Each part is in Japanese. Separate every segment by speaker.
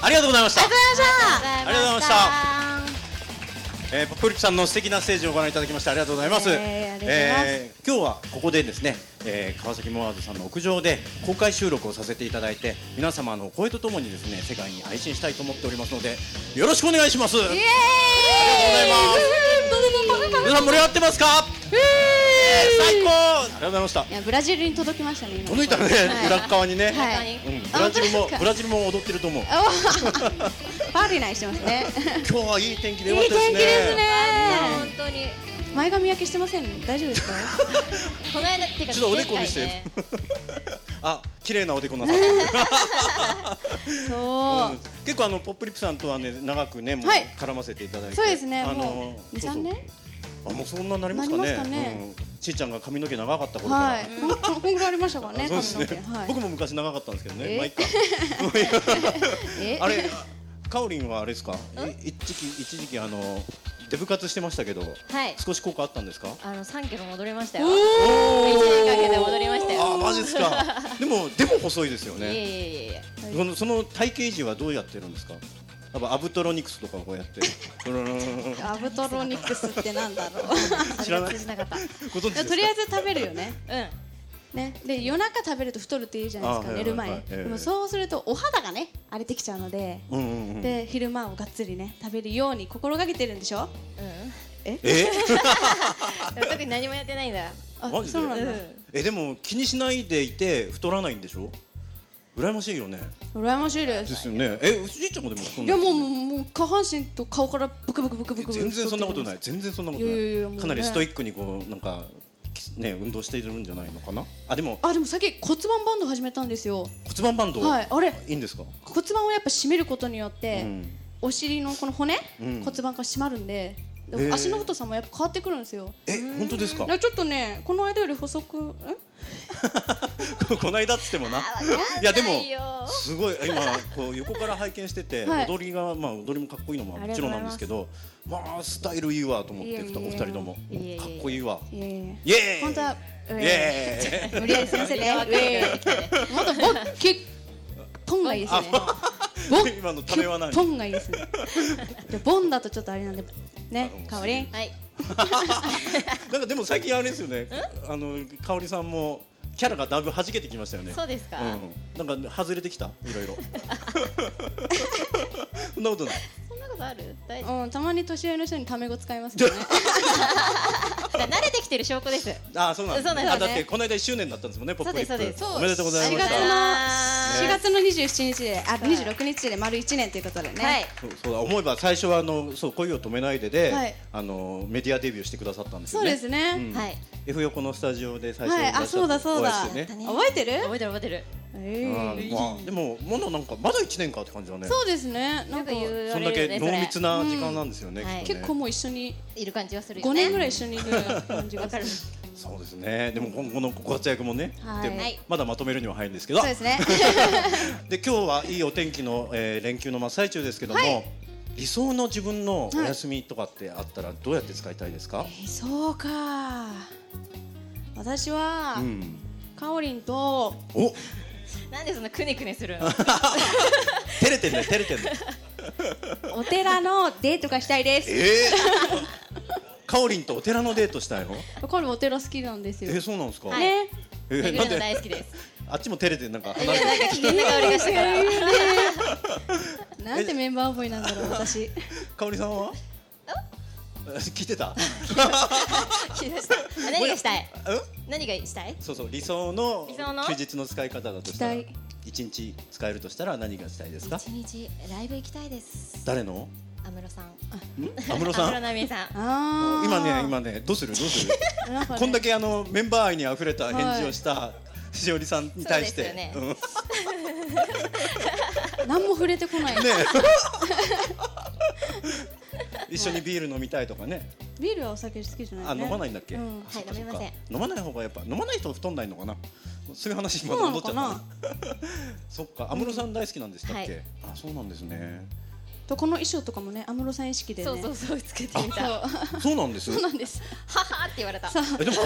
Speaker 1: ありがとうございました
Speaker 2: あり
Speaker 1: ありが
Speaker 2: がとうございました
Speaker 1: とうございましたえー、ポップリップさんの素敵なステージをご覧いただきましてありがとうございます。
Speaker 2: えーありがとうございます
Speaker 1: ー今日はここでですね、えー川崎モアーズさんの屋上で公開収録をさせていただいて、皆様の声とともにですね、世界に配信したいと思っておりますので、よろしくお願いします。
Speaker 2: イエーイ
Speaker 1: 皆さん盛り上がってますか？最高。ありがとうございました。
Speaker 2: いやブラジルに届きましたね今
Speaker 1: 届いたね、
Speaker 2: はい
Speaker 1: 裏っ側にね。
Speaker 2: はい
Speaker 1: うん、ブラジルも
Speaker 2: あ
Speaker 1: ブラジルも踊ってると思う。
Speaker 2: お パーティーないしてますね
Speaker 1: 今日はいい天気で
Speaker 2: いい
Speaker 1: よかったです
Speaker 2: 天気
Speaker 1: ね。
Speaker 2: ですね
Speaker 3: 本当に
Speaker 2: 前髪焼けしてません大丈夫 ですか
Speaker 3: この間っていうか
Speaker 1: ちょっとおでこ見せて。
Speaker 3: 前回ね
Speaker 1: あ、綺麗なおでこなさってる。
Speaker 2: そう
Speaker 1: うん 結構あのポップリップさんとはね長くねもう
Speaker 2: はい
Speaker 1: 絡ませていただいて、
Speaker 2: そうですね
Speaker 1: あ
Speaker 2: もう
Speaker 1: そうそう
Speaker 2: 23年
Speaker 1: あもうそんなになりますか
Speaker 2: な
Speaker 1: ね
Speaker 2: りますかね
Speaker 1: うん、ちいちゃんが髪の毛長かった頃から、
Speaker 2: はいこんこんこんぐらいありましたか
Speaker 1: あ
Speaker 2: らね
Speaker 1: そうですね、
Speaker 2: 髪の毛はい
Speaker 1: 僕も昔長かったんですけどね
Speaker 2: え
Speaker 1: まあいっか
Speaker 2: え
Speaker 1: あれカオリンはあれですかい一時期一時期あのデブ活してましたけど
Speaker 3: はい。
Speaker 1: 少し効果あったんですか
Speaker 3: あの三キロ戻りました
Speaker 2: お
Speaker 3: よ。
Speaker 2: ー
Speaker 1: お
Speaker 3: 一年かけて戻りましたよ
Speaker 1: あマジですかでもでも細いですよ
Speaker 3: いやいや
Speaker 1: ね
Speaker 3: いやいや。
Speaker 1: そのその体型維持はどうやってるんですかやっぱアブトロニクスとかをこうやって ブルルルルルル
Speaker 2: アブトロニクスってなんだろう
Speaker 1: 知らない
Speaker 3: 通じなかった。う
Speaker 1: ご存知
Speaker 2: い
Speaker 1: ですか
Speaker 2: やとりあえず食べるよね
Speaker 3: ん。
Speaker 2: ね、で夜中食べると太るって言うじゃないです
Speaker 1: あ
Speaker 2: か
Speaker 1: はい
Speaker 2: 寝る前
Speaker 1: はい
Speaker 2: に、
Speaker 1: はいええ
Speaker 2: でもそうするとお肌がね荒れてきちゃうので、
Speaker 1: うんうんうん、
Speaker 2: で昼間をがっつりね食べるように心がけてるんでしょ
Speaker 1: え
Speaker 3: うん。特に何もやってないんだ。
Speaker 2: あ
Speaker 1: マジで
Speaker 2: そうなんだ、
Speaker 1: えでも気にしないでいて太らないんでしょ羨ましいよね
Speaker 2: 羨ましいで
Speaker 1: ですすよねえうちいちゃんもでも太ん
Speaker 2: い
Speaker 1: な
Speaker 2: や
Speaker 1: い
Speaker 2: もうもう下半身と顔からブクブクブクブク
Speaker 1: 全然そんなことないい全然そんなことない
Speaker 2: いやいやいやもうね
Speaker 1: かなりストイックにこうなんかね運動しているんじゃないのかなあでも
Speaker 2: あでも最近骨盤バンド始めたんですよ
Speaker 1: 骨盤バンド、、
Speaker 2: はいいあれ
Speaker 1: いんですか、
Speaker 2: 骨盤をやっぱ締めることによって、
Speaker 1: うん
Speaker 2: お尻のこの骨、
Speaker 1: うん
Speaker 2: 骨盤が締まるんでで
Speaker 1: へえ
Speaker 2: 足の太さもやっぱ変わってくるんですよ
Speaker 1: え本当ですか
Speaker 2: だからちょっとねこの間より細くん
Speaker 1: こないだっつってもな
Speaker 3: ない
Speaker 1: やでも
Speaker 3: よ
Speaker 1: すごい今こう横から拝見してて、
Speaker 2: はい
Speaker 1: 踊りがまあ踊りもかっこいいのももちろんなんですけどまあスタイルいいわと思って
Speaker 3: いや
Speaker 1: お
Speaker 3: いやいや
Speaker 1: 二人とも
Speaker 3: いやいやいや
Speaker 1: かっこいいわ
Speaker 2: いやいやいや
Speaker 1: イエーイ
Speaker 2: 本当は
Speaker 1: イ
Speaker 2: 上
Speaker 1: エーイ
Speaker 2: 無理やり先生ね上もっとボッキッポンがいいですねボッ
Speaker 1: 今のた
Speaker 2: キ
Speaker 1: めは
Speaker 2: ッ
Speaker 1: 何
Speaker 2: ポンがいいですね じゃあボンだとちょっとあれなんでね
Speaker 1: あ
Speaker 2: かおりん
Speaker 3: はい。
Speaker 1: なんかでも最近あれですよねあの香織さんもキャラがだいぶ弾けてきましたよね
Speaker 3: そうですか。
Speaker 1: うん、なんか外れてきたいろい ろそんなことない
Speaker 3: そんなことある？大丈
Speaker 2: うんたまに年上の人にタメ語使いますけどね
Speaker 3: 夫。慣れてきてる証拠です。
Speaker 1: あそうなんです
Speaker 3: そうなんです
Speaker 1: あだってこの間1周年だったんですもんねポップリップ
Speaker 3: そうですそ
Speaker 1: お
Speaker 3: うですそう
Speaker 1: めでとうござい
Speaker 2: 4
Speaker 1: まし
Speaker 2: 月
Speaker 1: た
Speaker 2: の
Speaker 3: あー
Speaker 2: 4月の27日であ26日で丸1年ということでね
Speaker 3: はい。
Speaker 1: そうそうだ思えば最初はあのそう恋を止めないでで、
Speaker 2: はい
Speaker 1: あのメディアデビューしてくださったんです
Speaker 2: そ
Speaker 1: よ
Speaker 2: う
Speaker 1: ね。
Speaker 2: ですね
Speaker 1: ん
Speaker 3: はい。
Speaker 1: F 横のスタジオで最初
Speaker 2: は
Speaker 1: に
Speaker 2: い
Speaker 1: いら
Speaker 2: あ
Speaker 1: っし
Speaker 2: そ
Speaker 1: ゃ
Speaker 2: う
Speaker 1: った
Speaker 2: だそう
Speaker 1: お
Speaker 2: だ
Speaker 1: 会いしてね。
Speaker 2: 覚えてる
Speaker 3: 覚えてる覚えてる。
Speaker 2: え
Speaker 1: うん
Speaker 2: ー
Speaker 1: まあでももうなんかまだ一年かって感じだね。
Speaker 2: そうですねな
Speaker 3: なん
Speaker 2: ん
Speaker 3: か
Speaker 2: か
Speaker 3: 言われる
Speaker 1: そん
Speaker 3: よ
Speaker 1: だけ
Speaker 3: ね
Speaker 1: 濃密
Speaker 3: そ
Speaker 1: な時間なんですよね。
Speaker 3: うん
Speaker 1: きっとね
Speaker 2: 結構もう一緒に
Speaker 3: れいる感じはするよね。
Speaker 2: 5年ぐらい一緒にいる感じが
Speaker 3: わ
Speaker 2: す
Speaker 3: か
Speaker 2: る
Speaker 3: る。
Speaker 1: そうですね。でも今後のご活躍もね、
Speaker 2: はい
Speaker 1: でも
Speaker 3: はい
Speaker 1: まだまとめるには早いんですけど。
Speaker 2: そうですね。
Speaker 1: で今日はいいお天気の、えー連休の真っ最中ですけども、理想の自分のお休みとかってあったらどうやって使いたいですか？
Speaker 2: そうか。私は、
Speaker 1: うん。
Speaker 2: かおりんと、
Speaker 1: お、
Speaker 3: なんでそんなくねくねするの？
Speaker 1: 照れてるね照れてるね。
Speaker 2: お寺のデートがしたいです。
Speaker 1: ええかおりんとお寺のデートしたいの？
Speaker 2: かおりんお寺好きなんです
Speaker 1: え
Speaker 2: よ。
Speaker 1: そうなんですか。
Speaker 3: はい
Speaker 2: ね。
Speaker 1: えー
Speaker 3: 巡
Speaker 1: なん
Speaker 3: るの大好
Speaker 1: で
Speaker 3: き です。
Speaker 1: あっちも照れてなんか離れて
Speaker 3: なんか危険な香りがしたから。
Speaker 2: なんてメンバー覚えなんだろう、 私。
Speaker 1: かおりさんは？え 聞いてた？
Speaker 3: 気がしたあ何がしたい？
Speaker 1: うん？
Speaker 3: 何がしたい？
Speaker 1: そうそう理想の
Speaker 3: 理想の
Speaker 1: 休日の使い方だとしたら
Speaker 2: 期待
Speaker 1: 一日使えるとしたら何がしたいですか
Speaker 3: 一？日ライブ行きたいです。
Speaker 1: 誰の？
Speaker 3: 安室さん。
Speaker 1: 安室さ
Speaker 3: 安室
Speaker 1: ん。
Speaker 3: 奈美恵さん。
Speaker 2: ああ。
Speaker 1: 今ね今ねどうす るどうする？
Speaker 2: なんかね
Speaker 1: こんだけあのメンバー愛に溢れた返事を したしおりさんに対して
Speaker 3: そうですよ
Speaker 1: うん
Speaker 2: 何も触れてこない。
Speaker 1: ね一緒にビール飲みたいとかね。
Speaker 2: ビールはお酒好きじゃな
Speaker 1: あ
Speaker 2: い、ね。
Speaker 1: 飲まないんだっけ？
Speaker 2: うん
Speaker 1: あそっか
Speaker 3: はい飲めません
Speaker 1: そっか飲まない方がやっぱ飲まない人は太んないのかな。そういう話今
Speaker 2: そうな
Speaker 1: 戻
Speaker 2: の
Speaker 1: っちゃ
Speaker 2: か
Speaker 1: った
Speaker 2: な
Speaker 1: ね。そっか安室さん大好きなんでしたっ
Speaker 3: は
Speaker 1: け？あそうなんですね。
Speaker 2: とこの衣装とかもね安室さん意識でね
Speaker 3: そうそうそうつけてみた。は
Speaker 2: そう
Speaker 1: そうなん です
Speaker 2: そうな んです
Speaker 3: はって言われた。
Speaker 2: そう
Speaker 1: えでも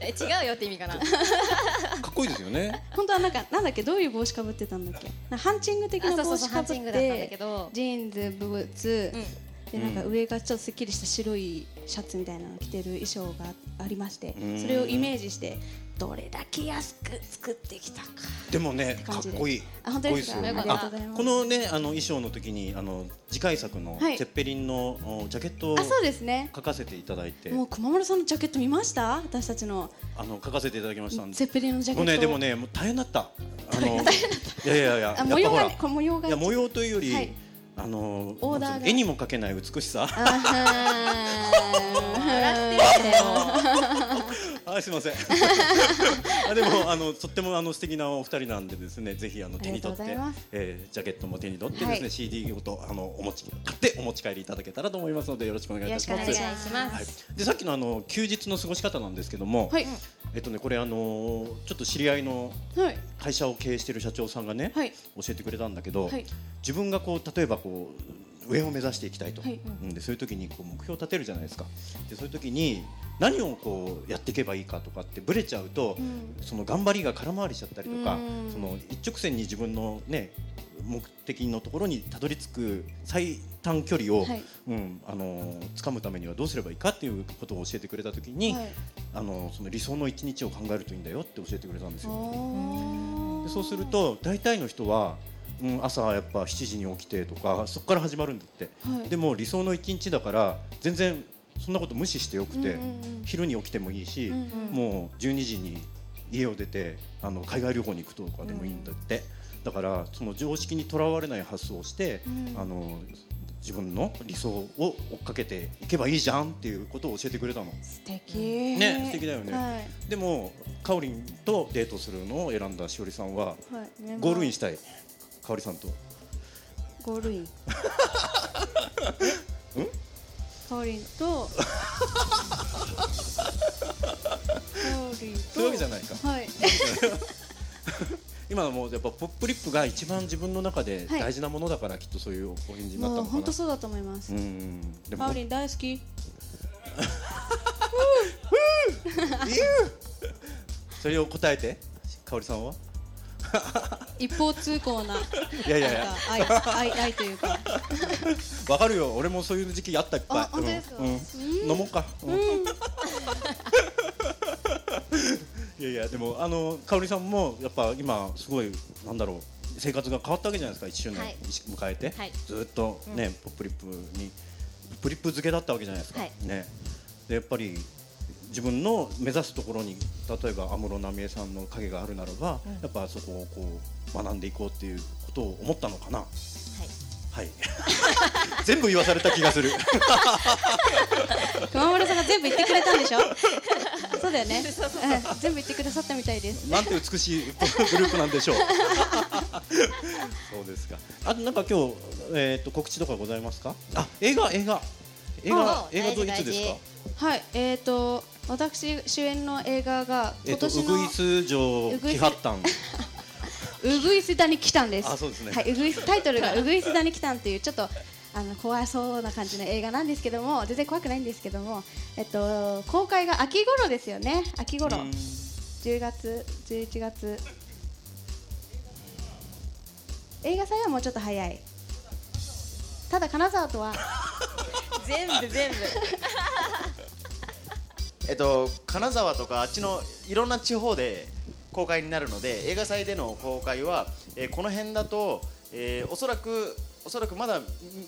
Speaker 3: え違うよって意味かな。
Speaker 1: かっこいいですよね
Speaker 2: 本当はなんかなんだっけどういう帽子かぶってたんだっけなんかハンチング的な
Speaker 3: あそう
Speaker 2: 帽
Speaker 3: そう
Speaker 2: 子か
Speaker 3: ハン
Speaker 2: ぶ
Speaker 3: チ
Speaker 2: っ
Speaker 3: ングだったんだけ
Speaker 2: て
Speaker 3: ど。
Speaker 2: ジーンズブーツ
Speaker 3: うん。
Speaker 2: でなんか上がちょっとすっきりした白いシャツみたいなの着てる衣装がありまして
Speaker 1: うん
Speaker 2: それをイメージしてどれだけ安く作ってきたか
Speaker 1: でもねか
Speaker 2: 感
Speaker 1: っ
Speaker 2: じで
Speaker 1: こいい
Speaker 2: あ本当です
Speaker 1: か
Speaker 2: か
Speaker 1: っこいい
Speaker 3: よか
Speaker 1: ですよ
Speaker 3: った
Speaker 1: ねあこのねあの衣装の時にあの次回作の
Speaker 2: はい
Speaker 1: ゼッペリンのおジャケットを
Speaker 2: あそうですね
Speaker 1: 書かせていただいて
Speaker 2: もう熊丸さんのジャケット見ました私たちの
Speaker 1: あの書かせていただきましたんで
Speaker 2: ゼッペリンのジャケ
Speaker 1: もう
Speaker 2: ット
Speaker 1: ねでもねもう大変だったあのいやいやいややっ
Speaker 2: あ
Speaker 1: ぱ
Speaker 2: 模様
Speaker 1: ほ
Speaker 2: が
Speaker 1: ら
Speaker 2: ねこれ模様が
Speaker 1: いや模様というより、
Speaker 2: はい
Speaker 1: あの
Speaker 2: オーダーが
Speaker 1: なんつうの絵にも描けない美しさ
Speaker 2: あはーん
Speaker 1: あすいません あでもあのとってもあの素敵なお二人なんでですねぜひあの手に取っ
Speaker 2: あり
Speaker 1: て
Speaker 2: がとうございます、
Speaker 1: えージャケットも手に取ってですね、
Speaker 2: はい
Speaker 1: CD ごとあのお持ち買ってお持ち帰りいただけたらと思いますのでよろしくお願いいたし
Speaker 3: お
Speaker 1: ま
Speaker 2: よ
Speaker 3: 願
Speaker 1: す
Speaker 2: ろ
Speaker 3: い
Speaker 2: し
Speaker 3: し
Speaker 2: くお願
Speaker 3: ま
Speaker 1: は
Speaker 3: す。
Speaker 1: い、でさっきのあの休日の過ごし方なんですけども、
Speaker 2: はい
Speaker 1: えっとねこれあのちょっと知り合いの
Speaker 2: はい
Speaker 1: 会社を経営している社長さんがね、
Speaker 2: はい
Speaker 1: 教えてくれたんだけど、
Speaker 2: はい
Speaker 1: 自分がこう例えばこう上を目指していきたいと、
Speaker 2: はい
Speaker 1: うんでそういう時にこう目標を立てるじゃないですかでそういう時に何をこうやっていけばいいかとかってブレちゃうと、
Speaker 2: ん
Speaker 1: その頑張りが空回りしちゃったりとか、
Speaker 2: うん
Speaker 1: その一直線に自分のね目的のところにたどり着く最短距離を、
Speaker 2: はい
Speaker 1: うんあの掴むためにはどうすればいいかっていうことを教えてくれた時に、
Speaker 2: はい
Speaker 1: あのその理想の一日を考えるといいんだよって教えてくれたんですよ。
Speaker 2: お
Speaker 1: で
Speaker 2: ー
Speaker 1: そうすると大体の人は、うん、朝やっぱ7時に起きてとかそこから始まるんだって、
Speaker 2: はい
Speaker 1: でも理想の一日だから全然そんなこと無視してよくて、
Speaker 2: うんうんうん
Speaker 1: 昼に起きてもいいし、
Speaker 2: うんうん
Speaker 1: もう12時に家を出てあの海外旅行に行くとかでもいいんだって、だからその常識にとらわれない発想をして、
Speaker 2: うん
Speaker 1: あの自分の理想を追っかけていけばいいじゃんっていうことを教えてくれたの。
Speaker 2: 素敵
Speaker 1: ね素敵だよね
Speaker 2: はい
Speaker 1: でもかおりんとデートするのを選んだしおりさんは
Speaker 2: はいメンバー
Speaker 1: ゴールインしたいかおりさんと
Speaker 2: ゴー ルインカオリンとカオリンと
Speaker 1: そういうわけじゃないか
Speaker 2: はい
Speaker 1: 今のもうやっぱポップリップが一番自分の中で
Speaker 2: はい
Speaker 1: 大事なものだからきっとそういうお返事になった
Speaker 2: もう
Speaker 1: のか
Speaker 2: 本
Speaker 1: な
Speaker 2: 当。そうだと思います
Speaker 1: う。ん、で
Speaker 2: カ
Speaker 1: も
Speaker 2: オリン大好き。
Speaker 1: それを答えて、かおりさんは。
Speaker 2: 一方通行な。
Speaker 1: いやいやい
Speaker 2: なん
Speaker 1: や
Speaker 2: か、愛、愛、 愛というか。
Speaker 1: わかるよ、俺もそういう時期あったいっぱい。
Speaker 2: あ本当ですか
Speaker 1: うんうん飲もうか。うん いやいや、でも、あの、かおりさんも、やっぱ今すごい、なんだろう。生活が変わったわけじゃないですか、一周年
Speaker 3: はい
Speaker 1: 迎えて、
Speaker 3: はい
Speaker 1: ずっとね、ポップリップに。ポップリップ漬けだったわけじゃないですか。
Speaker 3: はい
Speaker 1: ね。で、やっぱり。自分の目指すところに例えば安室奈美恵さんの影があるならば、やっぱそこをこう学んでいこうっていうことを思ったのかなはい。 全部言わされた気がする。
Speaker 2: 熊丸さんが全部言ってくれたんでしょ そうだよね。
Speaker 3: そうそう
Speaker 2: うん全部言ってくださったみたいです。
Speaker 1: なんて美しいグループなんでしょう。 そうですか。あとなんか今日えっ、と告知とかございますか。あ、映画映画映画
Speaker 3: あ
Speaker 1: 映画どうい
Speaker 3: 大事
Speaker 1: つですか
Speaker 3: 大。
Speaker 2: はい、えっ、と、私主演の映画が
Speaker 1: え
Speaker 2: 今
Speaker 1: っ、とウ
Speaker 2: 年
Speaker 1: グ
Speaker 2: の
Speaker 1: イス城キハッタン。
Speaker 2: うぐいすだに来たんです。
Speaker 1: あそうですね
Speaker 2: はい、うぐいすタイトルがうぐいすだに来たんっていうちょっと。あの怖そうな感じの映画なんですけども全然怖くないんですけども、えっと、公開が秋頃ですよね秋頃
Speaker 1: うん
Speaker 2: 10月11月映画祭はもうちょっと早いただ金沢とは
Speaker 3: 全部全部。
Speaker 4: えっと、金沢とかあっちのいろんな地方で公開になるので映画祭での公開は、えーこの辺だと、えーおそらくおそらくまだ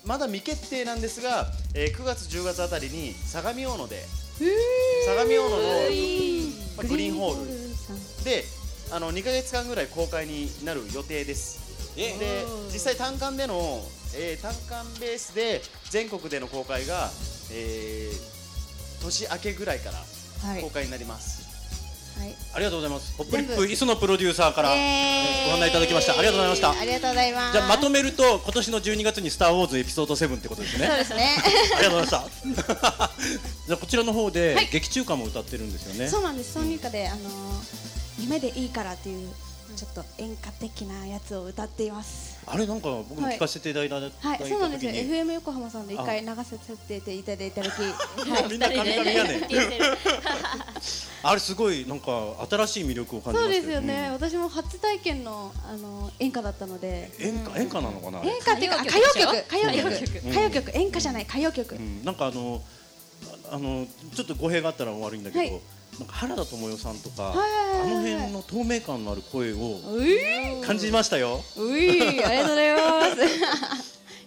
Speaker 4: まだ未決定なんですが、えー9月10月あたりに相模大野で相模大野のまあグリーンホール
Speaker 2: さん
Speaker 4: であの2か月間ぐらい公開になる予定です
Speaker 1: え
Speaker 4: で実際単館での、えー単館ベースで全国での公開が、えー年明けぐらいから
Speaker 2: はい、
Speaker 4: 公開になります、
Speaker 2: はい
Speaker 1: ありがとうございます。ポップリッ
Speaker 2: 全
Speaker 1: プ磯野プロデューサーから、
Speaker 2: えー
Speaker 1: ご案内いただきました。ありがとうございました。
Speaker 2: ありがとうございます
Speaker 1: じゃあまとめると今年の12月にスターウォーズエピソード7ってことですね。
Speaker 2: そうですね
Speaker 1: ありがとうございました。じゃあこちらの方で劇中歌も歌ってるんですよね。
Speaker 2: そうなんです挿入歌であのー夢でいいからっていうちょっと演歌的なやつを歌っています。
Speaker 1: あれなんか僕も聞かせていただいた時に、
Speaker 2: はい、そうなんですよ。FM 横浜さんで一回流させていただいた だき、はい、
Speaker 1: みんな神々やねん
Speaker 3: 聞いて る
Speaker 1: あれすごいなんか新しい魅力を感じま
Speaker 2: そう
Speaker 1: すけど
Speaker 2: ですよね。私も初体験のあの演歌だったので、
Speaker 1: うん演歌演歌なのかなあれ
Speaker 2: 演歌っていうかあ歌
Speaker 3: 歌
Speaker 2: 謡
Speaker 3: 謡
Speaker 2: 曲
Speaker 3: 曲、
Speaker 2: 歌謡曲
Speaker 3: 歌謡、曲
Speaker 2: 歌謡曲、演歌じゃない歌謡曲
Speaker 1: う。ん、なんかあのああのちょっと語弊があったら悪いんだけど、
Speaker 2: はい
Speaker 1: なんか原田知世さんとか、
Speaker 2: はいはいはいはい
Speaker 1: あの辺の透明感のある声を
Speaker 2: ういう
Speaker 1: 感じましたよ。
Speaker 2: いういありがとうございます。
Speaker 1: い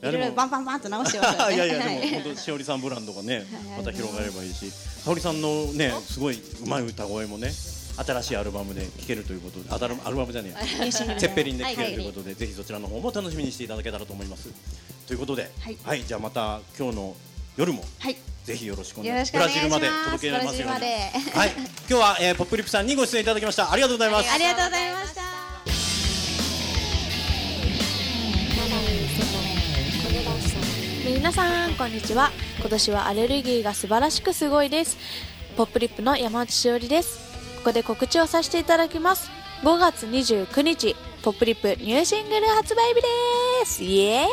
Speaker 1: や
Speaker 2: い
Speaker 1: でも
Speaker 2: ろいろバンバンバンと直してますよ ね。
Speaker 1: いやいや
Speaker 2: は
Speaker 1: でも本当しおりさんブランドがね
Speaker 2: はい
Speaker 1: また広がればいいし、香織さんのねすごい上手い歌声もね新しいアルバムで聴けるということで、あたるアルバムじゃね
Speaker 2: ニューシング
Speaker 1: え、
Speaker 2: ル
Speaker 1: チェッペリンで聴ける
Speaker 3: はい
Speaker 1: ということで、ぜひそちらの方も楽しみにしていただけたらと思います。ということで
Speaker 2: はい、
Speaker 1: はいじゃあまた今日の夜も
Speaker 2: はい。
Speaker 1: ぜひよろしくお
Speaker 2: よ
Speaker 1: 願
Speaker 2: ろ
Speaker 1: い
Speaker 2: し
Speaker 1: し
Speaker 2: くお
Speaker 1: ます。ブラ
Speaker 2: 願い
Speaker 1: ジ
Speaker 2: し
Speaker 1: ル
Speaker 2: ま。
Speaker 1: ますで届けられますように。
Speaker 2: ブラジルまで
Speaker 1: はい、今日は、えー、ポップリップさんにご出演いただきました。ありがとうございます。
Speaker 2: ありがとうございました。
Speaker 5: 皆さんこんにちは今年はアレルギーが素晴らしくすごいですポップリップの山内しおりですここで告知をさせていただきます5月29日ポップリップニューシングル発売日ですイエ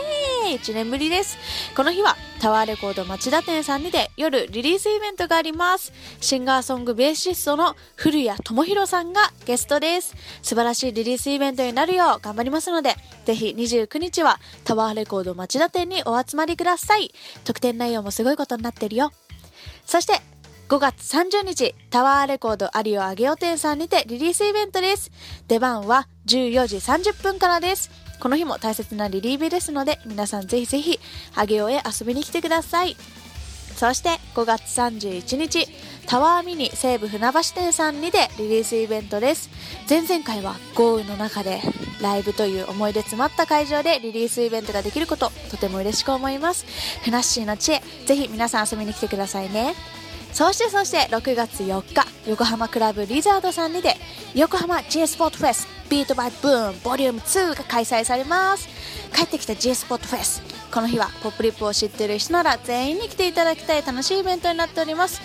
Speaker 5: ーイ1年ぶりですこの日はタワーレコード町田店さんにて夜リリースイベントがありますシンガーソングベーシストの古谷智弘さんがゲストです素晴らしいリリースイベントになるよう頑張りますのでぜひ29日はタワーレコード町田店にお集まりください特典内容もすごいことになってるよそして5月30日タワーレコード有オ上げお店さんにてリリースイベントです出番は14時30分からですこの日も大切なリリーベですので皆さんぜひぜひ上げおへ遊びに来てくださいそして5月31日タワーミニ西武船橋店さんにてリリースイベントです前々回は豪雨の中でライブという思い出詰まった会場でリリースイベントができることとても嬉しく思いますふなっしーの知恵ぜひ皆さん遊びに来てくださいねそしてそして6月4日横浜クラブリザードさんにて横浜 G スポーツフェスビートバイブームボリューム2が開催されます帰ってきた G スポーツフェスこの日はポップリップを知っている人なら全員に来ていただきたい楽しいイベントになっております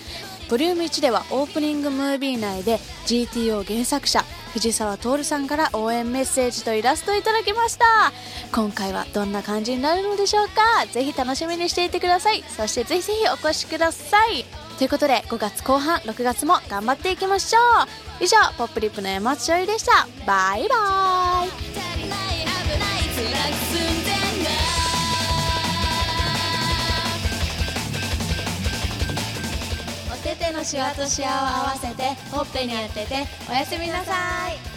Speaker 5: ボリューム1ではオープニングムービー内で GTO 原作者藤沢徹さんから応援メッセージとイラストをいただきました今回はどんな感じになるのでしょうかぜひ楽しみにしていてくださいそしてぜひぜひお越しくださいということで5月後半6月も頑張っていきましょう以上ポップリップの山内しおりでしたバイバイ
Speaker 2: お手手のシワとシワを合わせてほっぺに当てておやすみなさい